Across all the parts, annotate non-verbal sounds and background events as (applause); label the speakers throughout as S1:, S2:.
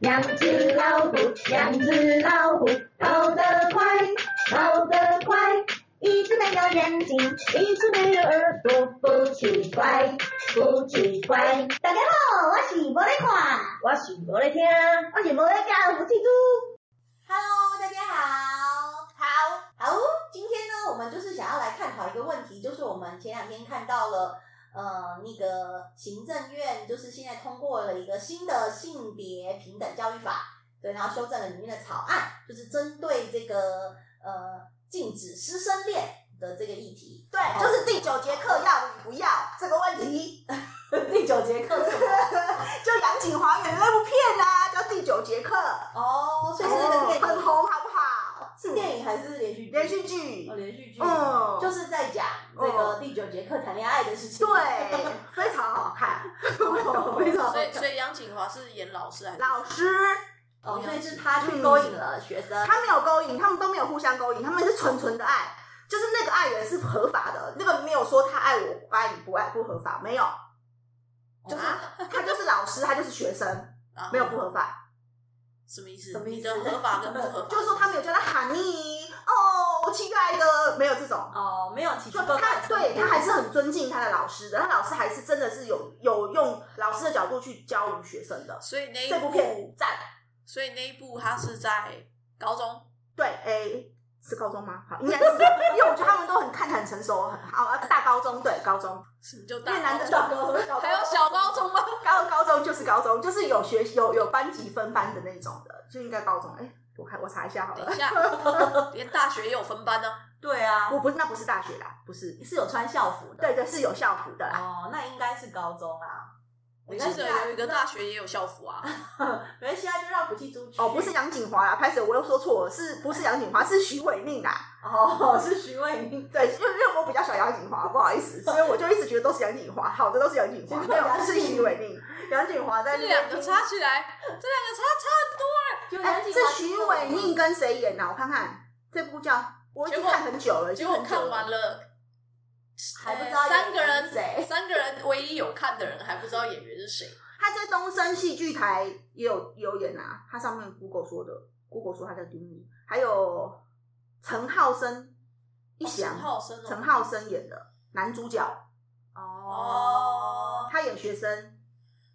S1: 两只老虎，两只老虎，跑得快，跑得快。一只没有眼睛，一只没有耳朵，不奇怪，不奇怪。
S2: 大家好，我是无咧看，
S1: 我是无咧听，
S2: 我是无咧教，我是猪。Hello，大家好，好，好。今天呢，我们就是想要来探讨一个问题，就是我们前两天看到了。呃，那个行政院就是现在通过了一个新的性别平等教育法，对，然后修正了里面的草案，就是针对这个呃禁止师生恋的这个议题。
S3: 对，就是第九节课要与不要这个问题， (laughs)
S2: 第九节课是什么？
S3: 就《杨景华园》那部片啊，叫《第九节课》，
S2: 哦，所以是那个电影，
S3: 很红，好不好？
S2: 是电影还是连续剧？
S3: 连续剧
S2: 哦，，连续剧，
S3: 嗯，
S2: 就是在讲这个第九节课谈恋爱的事情。
S3: 对，非常好看，
S2: 哦
S3: (laughs) 非常好
S4: 所以，
S3: 看。
S4: 所以杨景华是演老师还是
S3: 老师
S2: 哦，所以是他去勾引了学生。
S3: 他没有勾引，他们都没有互相勾引，他们是纯纯的爱，就是那个爱人是合法的，那个没有说他爱我不爱你不爱不合法，没有，就是他就是老师，他就是学生，
S4: 然后
S3: 没有不合法。
S4: 什么意思？
S2: 什么意思
S4: 你的合法跟不合法？
S3: 就是说他没有叫他喊你哦，我亲爱的，没有这种。
S2: 哦，没有奇奇
S3: 就
S2: 怪怪
S3: 他
S2: 的
S3: 对他还是很尊敬他的老师的，他老师还是真的是有有用老师的角度去教育学生的。
S4: 所以那一
S3: 这部片赞，
S4: 所以那一部他是在高中，
S3: 对，诶，是高中吗？好，应该是，
S4: (laughs)
S3: 因为我觉得他们都很看得很成熟，很好啊，大高中对高中，
S4: 什么就
S3: 越
S4: 大
S3: 南
S4: 高
S3: 的
S4: 中，
S3: 高中，
S4: 还有小高中吗？
S3: 高高中就是高中，就是有学有有班级分班的那种的，就应该高中。哎，我看我查一下好
S4: 等 (laughs)
S3: 了
S4: 一，下，连大学也有分班呢、哦
S2: 对啊，
S3: 我不是那不是大学啦，不是，
S2: 是有穿校服的。
S3: 对对是有校服的啦，
S2: 哦，那应该是高中啊。
S4: 我记得有一个大学也有校服啊，
S2: 没关系啊，就让福气猪去。
S3: 哦，不是杨景华啦，拍始我又说错了，是不是杨景华？是徐伟宁啦。
S2: (laughs) 哦，是徐伟宁。
S3: 对，因为因为我比较喜欢杨景华，不好意思，所以我就一直觉得都是杨景华，好的都是杨景华，
S2: 结果
S3: 没有
S2: 杨
S3: 不是徐伟宁，杨景华在
S4: 这
S3: 那
S4: 两
S3: 边
S4: 个
S3: 听。
S4: 插起来，这两个差
S2: 就
S3: 哎，
S2: 杨景
S3: 是
S2: 华
S3: 徐伟宁跟谁演啊？我看看，这部叫我已经
S4: 结果
S3: 看很久了，
S4: 差，结果
S3: 已经很久
S4: 看
S3: 了
S4: 完了。
S2: 还不知
S4: 呃
S2: 道
S4: 三个
S2: 演员是
S4: 人，
S2: 谁。 (laughs)
S4: 三个人唯一有看的人还不知道演员是谁，
S3: 他在东森戏剧台也有也有演啊，他上面 Google 说的，Google 说他在丁力，还有陈浩生一
S4: 哦
S3: 翔
S4: 陈，浩生哦，
S3: 陈浩生演的男主角，
S2: 哦，
S3: 他演学生，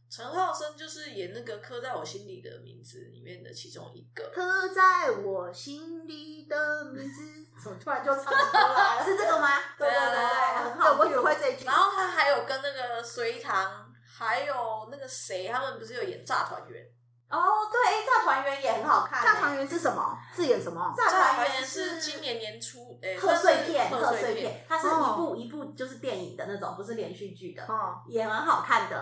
S4: 陈浩生就是演那个刻在我心里的名字里面的其中一个，
S3: 刻在我心里的名字，
S2: (laughs) 怎么突然就唱出来了？
S3: 是这个吗？
S2: 对对对对，很好。
S3: (laughs) 对我只会这一句
S4: 然。后他还有跟那个隋唐，还有那个谁，他们不是有演《炸团圆
S2: 哦，对，哎，炸团圆也很好
S3: (laughs)
S2: 看。欸
S3: 大团圆是什么？是演什么》？？
S2: 炸
S4: 炸
S2: 团
S4: 团圆
S2: 圆
S4: 是今。年年初，诶、
S2: 贺岁片，贺
S4: 贺
S2: 岁
S4: 片。
S2: 片，它是一
S3: 哦
S2: 部一部就是电影的那种，不是连续剧的，
S3: 哦，
S2: 也蛮好看的。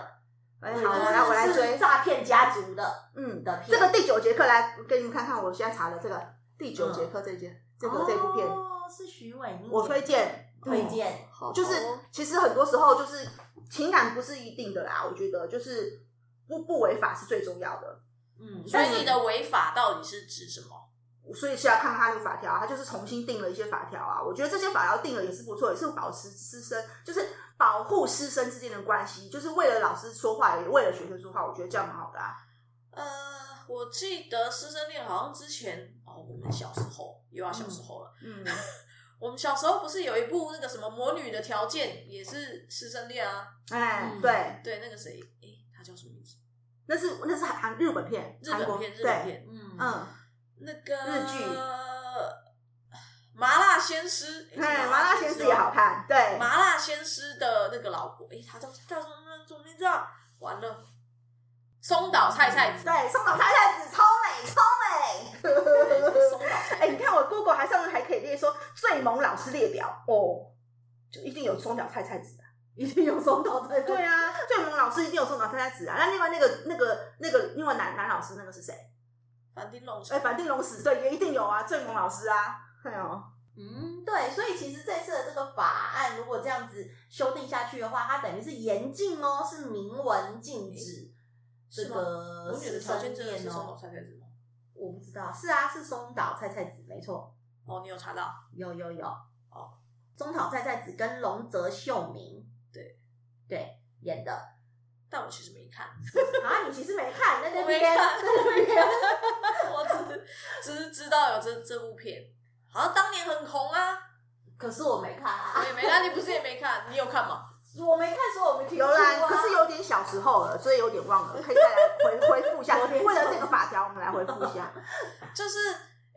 S3: 哎
S2: 对
S3: 好，
S2: 就是
S3: 我来我来
S2: 是
S3: 追。
S2: 诈骗家族的
S3: 嗯，
S2: 的片。
S3: 这个第九节课来给你们看看，我现在查了这个第九节课这件这个这部片，
S2: 嗯哦嗯是徐伟宁，
S3: 我推荐
S2: 推荐。
S3: 就是其实很多时候就是情感不是一定的啦，我觉得就是不不违法是最重要的，
S2: 嗯，
S4: 所
S2: 但
S4: 以
S2: 是
S4: 你的违法到底是指什么？
S3: 所以是要看他的法条啊，他就是重新定了一些法条啊，我觉得这些法条定了也是不错，也是保持师生就是保护师生之间的关系，就是为了老师说话，也为了学生说话，我觉得这样蛮好的啊。
S4: 呃，我记得师生恋好像之前哦，我们小时候又要小时候了。
S3: 嗯，
S4: 我们小时候不是有一部那个什么《魔女的条件》也是师生恋啊？
S3: 哎、
S2: 嗯
S3: 对，
S4: 对，那个谁，诶、他叫什么名字？
S3: 那是那是韩日本片，
S4: 日
S3: 韩国
S4: 本片，日本
S3: 对，
S4: 片。
S2: 嗯
S3: 嗯。
S4: 那个
S3: 日剧
S4: 麻辣鲜师，诶
S3: 哎，
S4: 是
S3: 麻辣鲜师也好看，对，
S4: 麻辣鲜师的那个老婆，诶，她叫叫什么什么名字啊？完了，松岛菜菜
S3: (laughs)
S4: 子，
S3: 对，松岛菜菜子超美超
S4: 对
S3: 美。
S4: 松岛菜
S3: 哎、
S4: 菜
S3: 你
S4: 子，
S3: 看我 Google 还上面还可以列说最萌老师列表哦，就一定有松岛菜菜子啊。
S2: 一定有松岛菜
S3: 对
S2: 对，
S3: 啊，最萌老师一定有松岛菜菜子啊。那另外那个那个那个另外男男老师那个是谁？
S4: 反町隆
S3: 哎、
S4: 史，
S3: 反定龙史对也一定有啊，最萌老师啊。哎呦，
S2: 嗯，对，所以其实这次的这个法案如果这样子修订下去的话，它等于是严禁哦，是明文禁止这
S4: 是吗
S2: 个
S4: 我女的
S2: 师
S4: 条
S2: 生
S4: 件真的是
S2: 恋
S4: 松岛
S2: 哦。
S4: 菜菜子吗？
S2: 我不知道，是啊，是松岛菜菜子，没错，
S4: 哦，你有查到？
S2: 有有有哦，松岛菜菜子跟龙泽秀明
S4: 对
S2: 对演的
S4: 但我其实没看，
S2: 啊，你其实没看，你在那
S4: 我没
S2: 边
S4: 看
S2: 在那边
S4: 这这部片，好像当年很红啊，
S2: (laughs) 可是我没看啊
S4: 我，也没看，你不是也没看，你有看吗？
S2: 我没看，所以我没听
S3: 有
S2: 说啊
S3: 啦，可是有点小时候了，所以有点忘了，可以再来回回复一下。
S2: 有点
S3: 为了
S2: 小
S3: 这个法条，我们来回复一下。
S4: 就是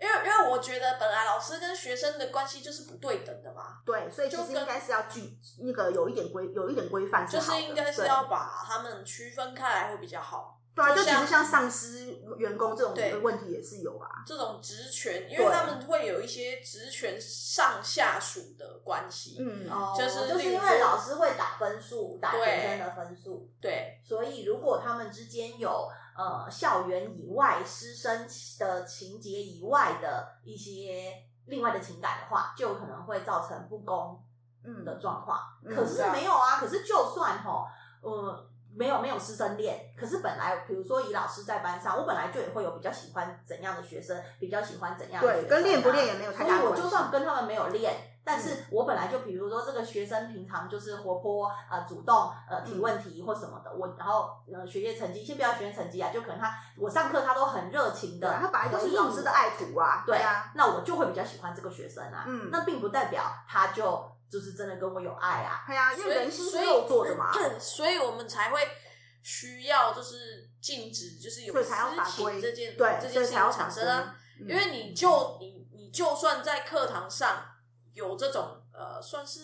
S4: 因为因为我觉得本来老师跟学生的关系就是不对等的嘛，
S3: 对，所以其
S4: 就
S3: 实
S4: 跟
S3: 应该是要具那个有一点规有一点规范
S4: 就
S3: 好
S4: 是
S3: 的
S4: 应该是
S3: 对
S4: 要把他们区分开来会比较好。
S3: 对啊，
S4: 就
S3: 就其
S4: 像
S3: 实像上司、员工这
S4: 对
S3: 种问题也是有啊。
S4: 这种职权，因为
S3: 对
S4: 他们会有一些职权上下属的关系，
S3: 嗯，
S2: 哦，
S4: 就是
S2: 就
S4: 例
S2: 是
S4: 如
S2: 因
S4: 说
S2: 为老师会打分数，打
S4: 对
S2: 学生的分数，
S4: 对
S2: 所以如果他们之间有呃校园以外师生的情节以外的一些另外的情感的话，就可能会造成不公
S3: 嗯
S2: 的状况。
S3: 嗯
S2: 可是没有啊，可是就算吼，呃，没有没有师生恋，可是本来比如说以老师在班上，我本来就也会有比较喜欢怎样的学生，比较喜欢怎样的
S3: 对
S2: 学生啊
S3: 跟练不练也没有太
S2: 所以
S3: 大
S2: 我
S3: 关系
S2: 就算跟他们没有练，但
S3: 嗯
S2: 是我本来就比如说这个学生平常就是活泼呃主动呃
S3: 嗯
S2: 提问题或什么的，我然后呃学业成绩先不要学业成绩啊，就可能他我上课他都很热情
S3: 对
S2: 的，
S3: 啊，他本来就是老师的爱徒啊。
S2: 对
S3: 啊，
S2: 那我就会比较喜欢这个学生啊。
S3: 嗯
S2: 那并不代表他就就是真的跟我有爱啊。
S3: 对啊，因为人心是肉做的嘛，
S4: 所以我们才会需要就是禁止，就是有
S3: 所以
S4: 私
S3: 才要法
S4: 情
S3: 规
S4: 这件
S3: 对，
S4: 这
S3: 所
S4: 件
S3: 以
S4: 事
S3: 才要
S4: 情
S3: 产
S4: 产
S3: 生
S4: 生啊。。
S3: 嗯
S4: 因为你就你你就算在课堂上有这种呃，算是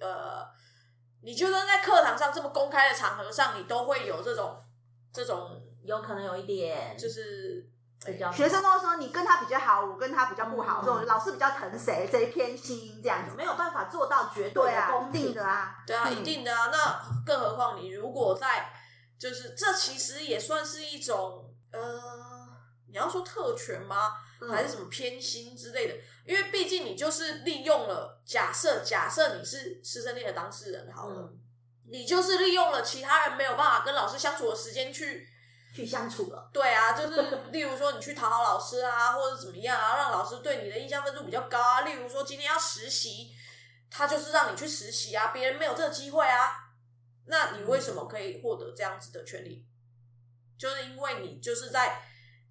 S4: 呃，你就算在课堂上这么公开的场合上，你都会有这种这种
S2: 有可能有一点
S4: 就是
S2: 比较
S3: 学生都会说你跟他比较好，我跟他比较不好，
S2: 嗯
S3: 这种老师比较疼谁，谁偏心这样子。
S2: 没有办法做到绝对
S3: 对
S2: 的
S3: 啊，
S2: 公
S3: 一定
S2: 平
S3: 的啊。
S4: 对啊，
S3: 嗯
S4: 一定的啊。那更何况你如果在，就是这其实也算是一种呃，你要说特权吗？
S2: 嗯
S4: (laughs) 还是什么偏心之类的？因为毕竟你就是利用了，假设假设你是师生恋的当事人好了，
S2: 嗯
S4: 你就是利用了其他人没有办法跟老师相处的时间去。
S2: 去相处了。
S4: 对啊，就是例如说你去讨好老师啊，或者怎么样啊，让老师对你的印象分数比较高啊。例如说今天要实习，他就是让你去实习啊，别人没有这个机会啊。那你为什么可以获得这样子的权利？就是因为你就是在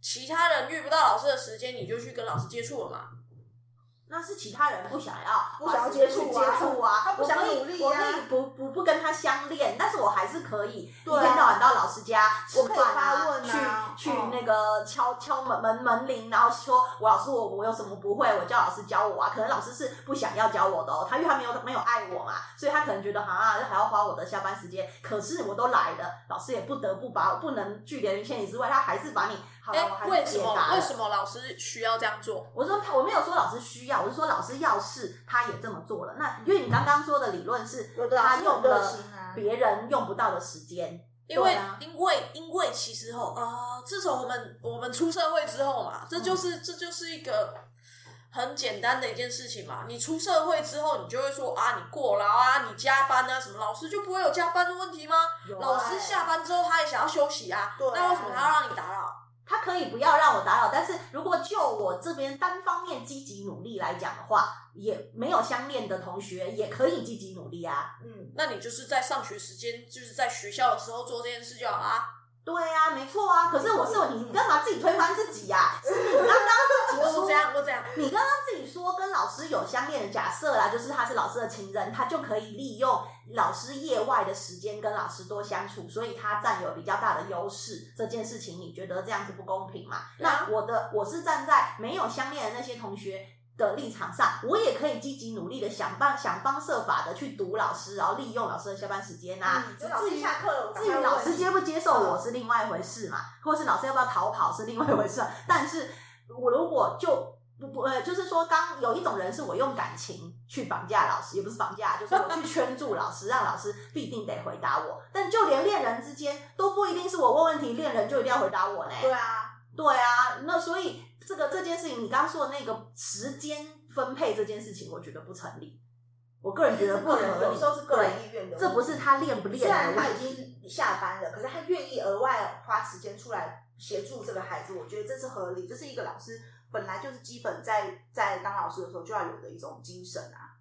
S4: 其他人遇不到老师的时间，你就去跟老师接触了嘛。
S2: 那是其他人不想要，
S3: 不想要接触啊
S2: 不想去接触啊，
S3: 他不想努力啊
S2: 我可以，我可以不不不跟他相恋，但是我还是可以一
S3: 对啊
S2: 天到晚到老师家吃
S3: 我可以
S2: 饭
S3: 发问啊
S2: 去去
S3: 嗯
S2: 那个敲敲门门门铃，然后说我老师我我有什么不会，我叫老师教我啊。可能老师是不想要教我的哦，他因为他没有没有爱我嘛，所以他可能觉得啊还要花我的下班时间，可是我都来了，老师也不得不把我不能拒连于千里之外，他还是把你好了，我
S4: 哎，为
S2: 哦还是
S4: 什
S2: 解答
S4: 么
S2: 了
S4: 为什么老师需要这样做？
S2: 我说他我没有说老师需要，我是说老师要是他也这么做了，那因为你刚刚说的理论是
S3: 嗯有的老
S2: 他
S3: 师
S2: 用
S3: 很热
S2: 了
S3: 心啊
S2: 别人用不到的时间，
S4: 因为、
S2: 对啊
S4: 因为因为其实吼啊、呃自从我们我们出社会之后嘛，这就是、
S2: 嗯
S4: 这就是一个很简单的一件事情嘛。你出社会之后，你就会说啊，你过劳啊，你加班啊，什么老师就不会有加班的问题吗？
S2: 有啊
S4: 老师下班之后他也想要休息啊，
S3: 对啊
S4: 那为什么他要让你打扰？
S2: 他可以不要让我打扰，但是如果就我这边单方面积极努力来讲的话，也没有相恋的同学也可以积极努力啊。
S3: 嗯，
S4: 那你就是在上学时间，就是在学校的时候做这件事就好啦。
S2: 对啊，没错啊。可是我是你，你干嘛自己推翻自己啊呀、是你刚刚自己
S4: 我
S2: 说
S4: 这样，我这样，
S2: 你刚刚自己说跟老师有相恋的假设啦，就是他是老师的情人，他就可以利用老师业外的时间跟老师多相处，所以他占有比较大的优势。这件事情你觉得这样子不公平吗？
S4: 对啊
S2: 那我的我是站在没有相恋的那些同学。的立场上，我也可以积极努力的想办想方设法的去读老师，然后利用老师的下班时间啊。
S3: 嗯老师下课了，
S2: 至于老师接不接受我是另外一回事嘛，或是老师要不要逃跑是另外一回事啊。但是我如果就不不呃，就是说，刚有一种人是我用感情去绑架老师，也不是绑架，就是我去圈住老师， (laughs) 让老师必定得回答我。但就连恋人之间都不一定是我问问题，恋人就一定要回答我呢。
S3: 对啊，
S2: 对啊，那所以这个这件事情，你刚刚说的那个时间分配这件事情，我觉得不成立。我个人觉得不合理，
S3: 有时候是个
S2: 对
S3: 人意愿的问题，
S2: 这不是他恋不
S3: 虽
S2: 恋的
S3: 然他
S2: 问
S3: 已
S2: 题。
S3: 经下班了，可是他愿意额外花时间出来协助这个孩子，我觉得这是合理，这是一个老师本来就是基本在在当老师的时候就要有的一种精神啊。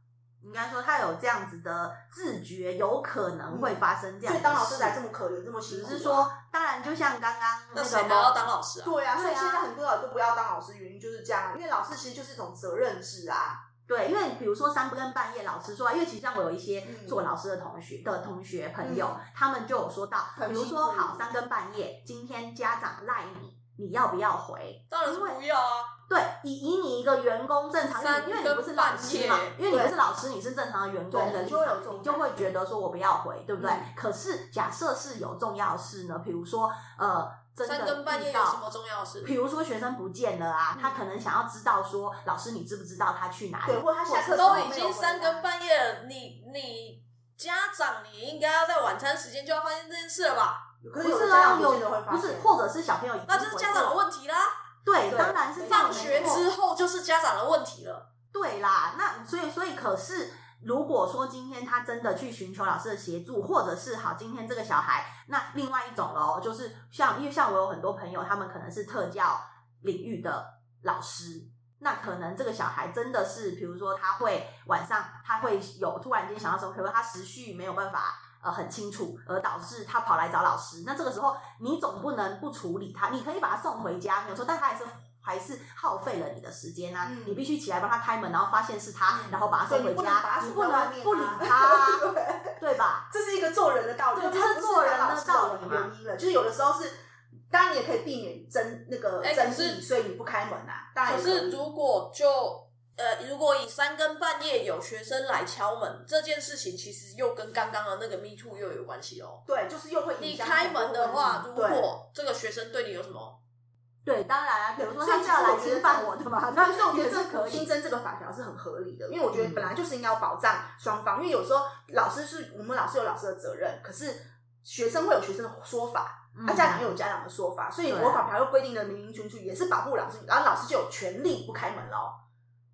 S2: 应该说他有这样子的自觉，有可能会发生这样
S3: 嗯
S2: 的
S3: 所以
S2: 事。
S3: 当老师才这么可怜，这么辛
S2: 只
S3: 苦、啊
S2: 是说，当然，就像刚刚
S4: 那
S2: 那
S4: 谁
S2: 个哦
S4: 还要当老师啊？
S3: 对啊，所
S2: 对
S3: 以
S2: 啊
S3: 现在很多老师都不要当老师，原因就是这样，因为老师其实就是一种责任制啊。
S2: 对，因为比如说三更半夜，老师说啊，因为其实像我有一些
S3: 嗯
S2: 做老师的同学、的同学朋友，他们就有说到，
S3: 很
S2: 比如
S3: 辛
S2: 说
S3: 苦
S2: 好三更半夜，今天家长赖你，你要不要回？
S4: 当然是不要啊！
S2: 对，以以你一个员工正常，
S4: 三
S2: 因为你不是老师
S4: 更
S2: 嘛
S4: 半夜，
S2: 因为你不是老师，你是正常的员工的
S3: 你
S2: 立
S3: 就会
S2: 场。
S3: 有这种
S2: 你就会觉得说我不要回，对不对？
S3: 嗯
S2: 可是假设是有重要事呢，比如说呃，真的
S4: 三更半夜
S2: 遇
S4: 有
S2: 到
S4: 什么重要的事？
S2: 比如说学生不见了啊，他可能想要知道说，老师你知不知道他去哪里
S3: 对，？或者他下课
S4: 都
S3: 时候
S4: 已
S3: 没有
S4: 经
S3: 回
S4: 三
S3: 来
S4: 更半夜了，你你家长你应该要在晚餐时间就要发现这件事了吧？
S3: 可
S2: 不
S3: 是有
S2: 是
S3: 的家
S2: 啊，
S3: 长不见得会
S2: 有
S3: 发
S2: 不是
S3: 现，，
S2: 或者是小朋友已经
S4: 那就是家长的
S2: 回过
S4: 问题啦。
S2: 对，
S3: 对
S2: 当然是这样
S4: 放学
S2: 没错
S4: 之后就是家长的问题了。
S2: 对啦。那所以所以可是，如果说今天他真的去寻求老师的协助，或者是好，今天这个小孩，那另外一种喽，就是像因为像我有很多朋友，他们可能是特教领域的老师。那可能这个小孩真的是，比如说他会晚上他会有突然间想到什么，比如说他时序没有办法呃很清楚，而导致他跑来找老师。那这个时候你总不能不处理他，你可以把他送回家没有错，但他还是还是耗费了你的时间啊。
S3: 嗯
S2: 你必须起来帮他开门，然后发现是他，然后把他送回
S3: 对你不能把
S2: 家，
S3: 他
S2: 你
S3: 锁
S2: 不
S3: 在外
S2: 能
S3: 面
S2: 不理
S3: 啊，
S2: 他啊
S3: (laughs) 对
S2: 对吧？
S3: 这是一个做人的道理，
S2: 对
S3: 这
S2: 这是
S3: 不
S2: 做人的
S3: 当老师的
S2: 道理嘛
S3: 原因了。就是有的时候是，当然你也可以避免争那个
S4: 哎
S3: 争
S4: 可是
S3: 议，所以你不开门啊。当然
S4: 可
S3: 也以
S4: 是如果就呃，如果以三更半夜有学生来敲门这件事情，其实又跟刚刚的那个 Me Too 又有关系哦。
S3: 对，就是又会
S4: 你
S3: 影响
S4: 开
S3: 很多
S4: 门的话，如
S3: 问题对
S4: 果这个学生对你有什么，
S2: 对，当然啊，比如说
S3: 所
S2: 他
S3: 以
S2: 是
S3: 其实
S2: 要来
S3: 我觉得
S2: 侵犯我的嘛，
S3: 那所以
S2: 那
S3: 我觉
S2: 也
S3: 得
S2: 是可
S3: 这
S2: 以
S3: 新。增这个法条是很合理的，因为我觉得本来就是应该要保障双方，因为有时候老师是我们老师有老师的责任，可是学生会有学生的说法，
S2: 嗯
S3: 啊那、家长又有家长的说法，所以
S2: 对啊
S3: 我法条又规定的明明清楚，也是保护老师，然后老师就有权利不开门喽。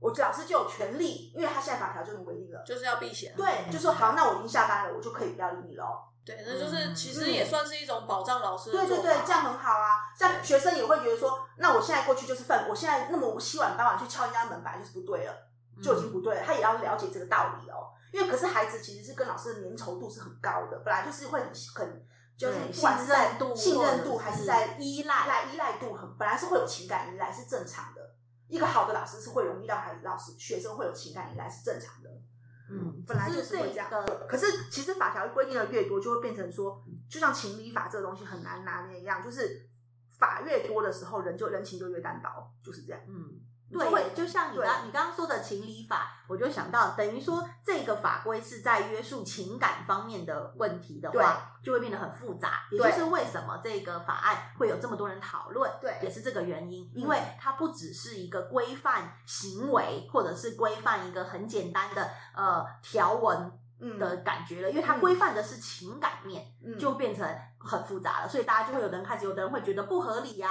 S3: 我觉得老师就有权利，因为他现在法条就这么规定了。
S4: 就是要避嫌。
S3: 对，就说好，那我已经下班了，我就可以不要理你喽。
S4: 对，那就是
S2: 嗯
S4: 其实也算是一种保障老师的
S3: 对对
S4: 做
S3: 对
S4: 法，
S3: 这样很好啊。像学生也会觉得说，那我现在过去就是犯，我现在那么我洗碗傍晚去敲人家门，本来就是不对了。就已经不对了，他也要了解这个道理哦。因为可是孩子其实是跟老师的粘稠度是很高的，本来就是会很很就是
S2: 对
S3: 不管是
S2: 信任
S3: 在
S2: 度
S3: 信任度
S2: 或者
S3: 还
S2: 是
S3: 是在
S2: 依赖
S3: 依赖度很，本来是会有情感依赖是正常的。一个好的老师是会容易让孩子老师学生会有情感依赖是正常的，
S2: 嗯，
S3: 本来就是
S2: 是
S3: 会这样
S2: 这个
S3: 可是其实法条规定的越多，就会变成说，就像情理法这个东西很难拿捏一样，就是法越多的时候，人就人情就越单薄，就是这样。
S2: 嗯，
S3: 你就会
S2: 对，就像你
S3: 对
S2: 刚你刚刚说的情理法，我就想到，等于说这个法规是在约束情感方面的问题的话，就会变得很复杂。也就
S3: 对
S2: 是为什么这个法案会有这么多人讨论，
S3: 对
S2: 也是这个原因，
S3: 嗯
S2: 因为它不只是一个规范行为，或者是规范一个很简单的呃条文
S3: 嗯
S2: 的感觉了，因为它
S3: 嗯
S2: 规范的是情感面。
S3: 嗯
S2: 就变成很复杂了，所以大家就会有的人开始，有的人会觉得不合理呀、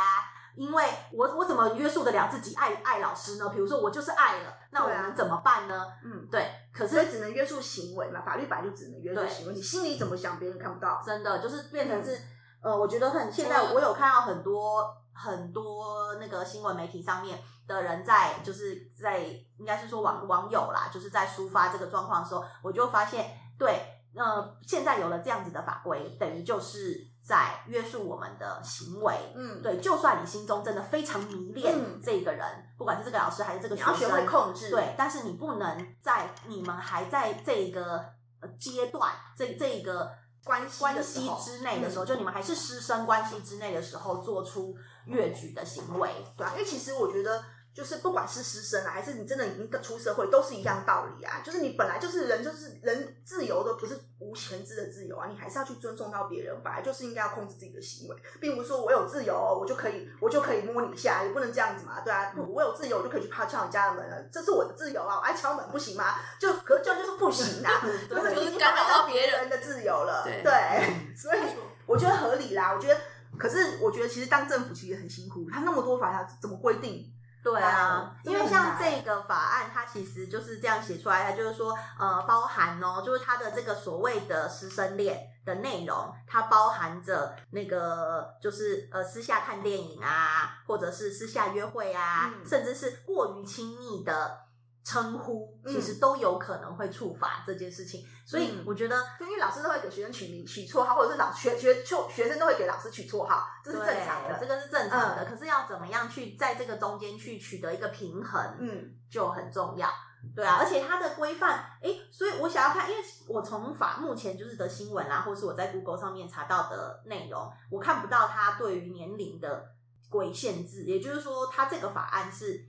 S2: 因为我我怎么约束得了自己爱爱老师呢？比如说我就是爱了，那我
S3: 对啊
S2: 能怎么办呢？
S3: 嗯。
S2: 对，可
S3: 所以
S2: 是
S3: 只能约束行为嘛，法律本来就只能约束
S2: 对
S3: 行为，你心里怎么想，别人看不到。嗯
S2: 真的就是变成是，呃，我觉得很现在我有看到很多很多那个新闻媒体上面的人在就是在应该是说
S3: 嗯
S2: 网网友啦，就是在抒发这个状况的时候，我就发现对。呃，现在有了这样子的法规，等于就是在约束我们的行为，
S3: 嗯，
S2: 对，就算你心中真的非常迷恋
S3: 嗯
S2: 这个人，不管是这个老师还是这个
S3: 你
S2: 学
S3: 要
S2: 生，
S3: 学会控制。
S2: 对，但是你不能在你们还在这一个呃阶段，这这一个
S3: 关系
S2: 关
S3: 的时
S2: 系
S3: 候
S2: 之内的时候，
S3: 嗯
S2: 就你们还是师生关系之内的时候，做出越矩的行为。
S3: 对啊，因为其实我觉得，就是不管是师生啊，还是你真的已经出社会，都是一样道理啊。就是你本来就是人，就是人自由的，不是无前置的自由啊，你还是要去尊重到别人，本来就是应该要控制自己的行为，并不是说我有自由哦、我就可以，我就可以摸你一下，也不能这样子嘛，对啊，
S4: 嗯
S3: 不，我有自由，我就可以去怕敲你家的门了，这是我的自由啊，我爱敲门不行吗？就可这样就是不行
S4: (laughs)
S3: 啊，就是你已经
S4: 干扰到
S3: 到
S4: 别人
S3: 人的自由了，
S4: 对
S3: 对， (laughs) 所以我觉得合理啦，我觉得。可是我觉得，其实当政府其实很辛苦，他那么多法条怎么规定？
S2: 对啊，
S3: 真
S2: 因
S3: 的
S2: 为
S3: 很
S2: 像
S3: 难
S2: 这个法案，它其实就是这样写出来，它就是说，呃，包含哦，就是它的这个所谓的师生恋的内容，它包含着那个就是呃私下看电影啊，或者是私下约会啊，
S3: 嗯
S2: 甚至是过于亲密的。称呼，其
S3: 嗯
S2: 实都有可能会触发这件事情。所以
S3: 嗯
S2: 我觉得
S3: 就因为老师都会给学生取名、取绰号，或者是老学学学学生都会给老师取绰号，这是
S2: 对
S3: 正常
S2: 这
S3: 的。
S2: 个是正常的。可是要怎么样去在这个中间去取得一个平衡，
S3: 嗯，
S2: 就很重要。对啊，而且它的规范，诶，所以我想要看，因为我从法目前就是的新闻啦，啊或是我在 Google 上面查到的内容，我看不到它对于年龄的规限制，也就是说，它这个法案是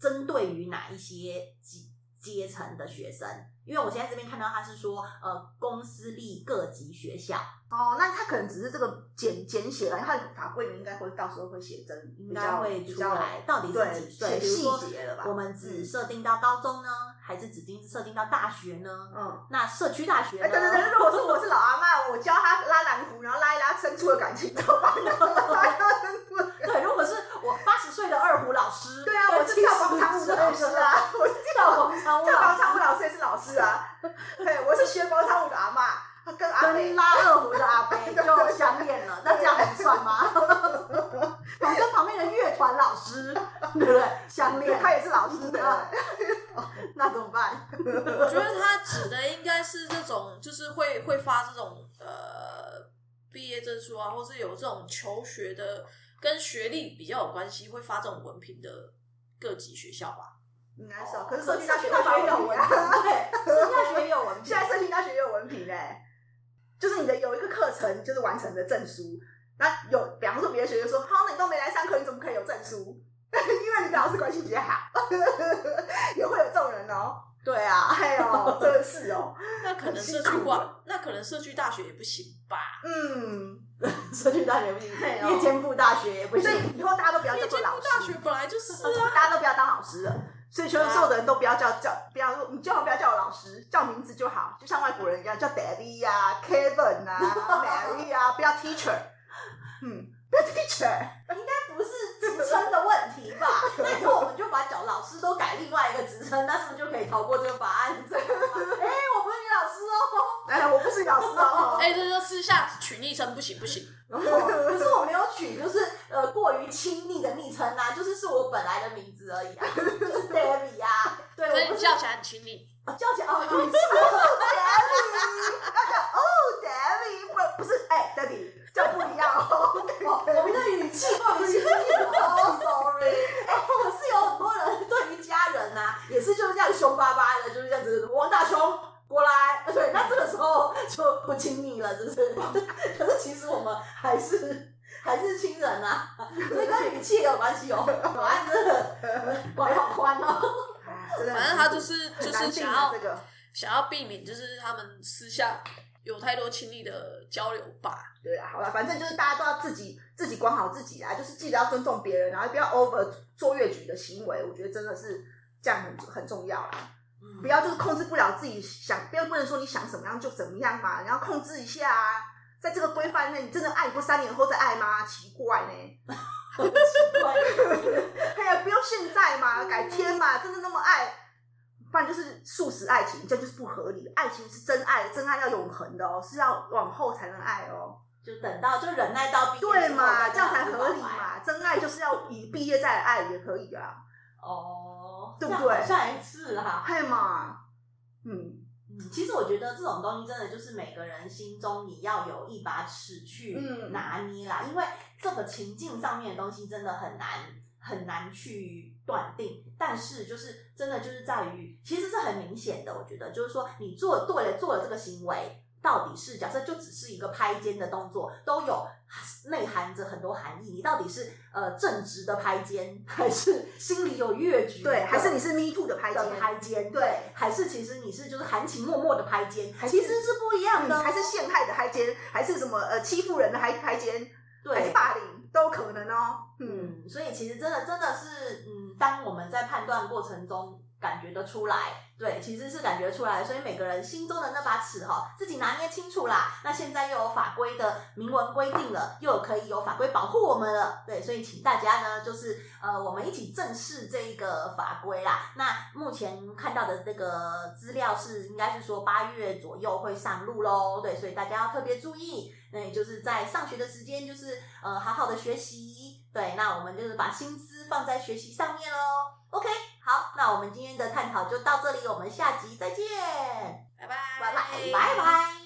S2: 针对于哪一些阶阶层的学生？因为我现在这边看到它是说，呃，公私立各级学校，
S3: 哦，那他可能只是这个简简写了，因为他的法规应该会到时候会写真，
S2: 应该会
S3: 比
S2: 出
S3: 较
S2: 来到底是
S3: 对
S2: 几岁？
S3: 写
S2: 比如说
S3: 细节了吧？嗯
S2: 我们只设定到高中呢，还是指定设定到大学呢？
S3: 嗯，
S2: 那社区大学呢？
S3: 哎，对对对，如果是我是老阿妈，我教他拉男服，然后拉一拉，生出了感情，都把
S2: (laughs)
S3: 那个拉到深处了
S2: (laughs) 对如果是我八十岁的二胡老师，
S3: 对啊， (laughs) 我是跳广场舞的老师啊，我是
S2: 跳广场舞啊老
S3: 跳广
S2: 师，
S3: 场舞老师也是老师
S2: (laughs)
S3: 啊，对，我是学广场舞的阿妈，跟阿北
S2: 跟拉二胡的阿伯就相恋了，那这样子算
S3: (laughs)
S2: 吗？我跟旁边的乐团老师，对不对？相恋，
S3: 他也是老师
S2: 啊
S3: 的，
S2: (laughs) 那怎么办？
S4: 我觉得他指的应该是这种，就是会会发这种呃毕业证书啊，或是有这种求学的跟学历比较有关系，会发这种文凭的各级学校吧。
S3: 应该是哦。可是
S2: 社
S3: 社
S2: 区
S3: 区
S2: 大
S3: 大
S2: 学
S3: 学
S2: 也有
S3: 有
S2: 文凭，
S3: 文凭啊，
S2: 对，社区大学也有文凭，
S3: (laughs) 现在社区大学也有文凭嘞，就是你的有一个课程就是完成的证书。那有，比方说别的学生说，好，那你都没来上课，你怎么可以有证书？ (laughs) 因为你跟老师关系比较好， (laughs) 也会有这种人哦。
S2: 对啊，
S3: 哎呦，真的是哦，
S4: 那可能社区
S3: 啊
S4: 管，那可能社区大学也不行吧？
S2: (laughs)
S3: 嗯。
S2: 社区大学不行，
S3: 对哦
S2: 夜间部大学也不
S3: 所
S2: 行，
S3: 以以后大家都不要
S4: 夜
S3: 叫
S4: 间
S3: 做
S4: 部
S3: 老
S4: 大
S3: 师
S4: 学，本来就是啊。
S3: (laughs) 大家都不要当老师了。所以所
S2: 啊
S3: 有的人都不要叫叫，不要说你叫我不要叫我老师，叫名字就好，就像外国人一样叫 Daddy 呀、
S2: (laughs)
S3: Kevin 啊、Mary 啊，不要 Teacher，嗯，不要 Teacher， (laughs)
S2: 不是职称的问题吧？那以后我们就把找老师都改另外一个职称，那是不是就可以逃过这个法案？你知道吗哎、我不是女老师哦，
S3: 哎，我不是老师
S2: (laughs)
S3: 哦，
S4: 哎、这就私下取昵称不行不行，
S2: 可是我没有取，就是呃过于亲昵的昵称啊，就是是我本来的名字而已啊，就是 Debbie 啊，对，
S4: 所以
S2: 我不
S4: 你
S2: 是
S4: 叫起来很亲昵。
S2: 哦叫起来哦，你
S3: 哦 Daddy，不不是，哎，Daddy 叫不一
S2: (laughs)
S3: 样哦，
S2: 哦，我们的语气不一样哦，sorry。哎，可是有很多人对于家人呐、也是就是这样凶巴巴的，就是这样子，王大雄过来。啊对，那这个时候就不亲密了，是不是？ (laughs) 可是其实我们还是。还是亲人啊，所以跟语气也有关系哦。法案真的管好宽哦。
S3: 哎真的很
S4: 反正他就是就是
S3: 很难定
S4: 想
S3: 啊
S4: 要
S3: 这个，
S4: 想要避免，就是他们私下有太多亲密的交流吧。
S3: 对啊啦，好了，反正就是大家都要自己自己管好自己啊，就是记得要尊重别人，然后不要 over 做越矩的行为，我觉得真的是这样很很重要啦。不要就是控制不了自己想，不要不能说你想怎么样就怎么样嘛，你要控制一下啊。在这个规范内，你真的爱过三年后再爱吗？奇怪呢。 (laughs)
S2: 很奇怪，
S3: 哎呀，不用现在嘛，改天嘛，真的那么爱，不然就是素食爱情，这样就是不合理。爱情是真爱，真爱要永恒的哦，是要往后才能爱哦。
S2: 就等到就忍耐到毕业之后
S3: 对嘛，
S2: 再
S3: 这样才
S2: 去
S3: 合理
S2: 表白
S3: 嘛。真爱就是要以毕业再来爱也可以啊，
S2: 哦，
S3: 对不对
S2: 这样好像也是啊哈、
S3: 嘿嘛，嗯
S2: 嗯，其实我觉得这种东西真的就是每个人心中你要有一把尺去
S3: 嗯
S2: 拿捏啦，因为这个情境上面的东西真的很难很难去断定。但是就是真的就是在于，其实是很明显的，我觉得就是说你做对了做了这个行为。到底是假设就只是一个拍肩的动作，都有内含着很多含义。你到底是呃正直的拍肩，还是心里有越矩的？
S3: 对，还是你是 Me Too 的拍
S2: 的
S3: 肩，
S2: 拍肩，
S3: 对
S2: 对，还是其实你是就是含情脉脉的拍肩，
S3: 还是
S2: 其实是不一样
S3: 嗯
S2: 的哦，
S3: 还是陷害的拍肩，还是什么呃欺负人的还拍肩，还是
S2: 对。
S3: 霸凌都有可能哦。嗯，
S2: 嗯，所以其实真的真的是，嗯，当我们在判断过程中感觉得出来，对，其实是感觉出来的，所以每个人心中的那把尺哈、自己拿捏清楚啦。那现在又有法规的明文规定了，又有可以有法规保护我们了，对，所以请大家呢，就是呃，我们一起正视这一个法规啦。那目前看到的这个资料是，应该是说八月左右会上路喽，对，所以大家要特别注意。那也就是在上学的时间，就是呃好好的学习。对，那我们就是把心思放在学习上面喽。OK，好，好，那我们今天的探讨就到这里，我们下集再见，
S4: 拜拜，
S2: 拜拜，拜拜。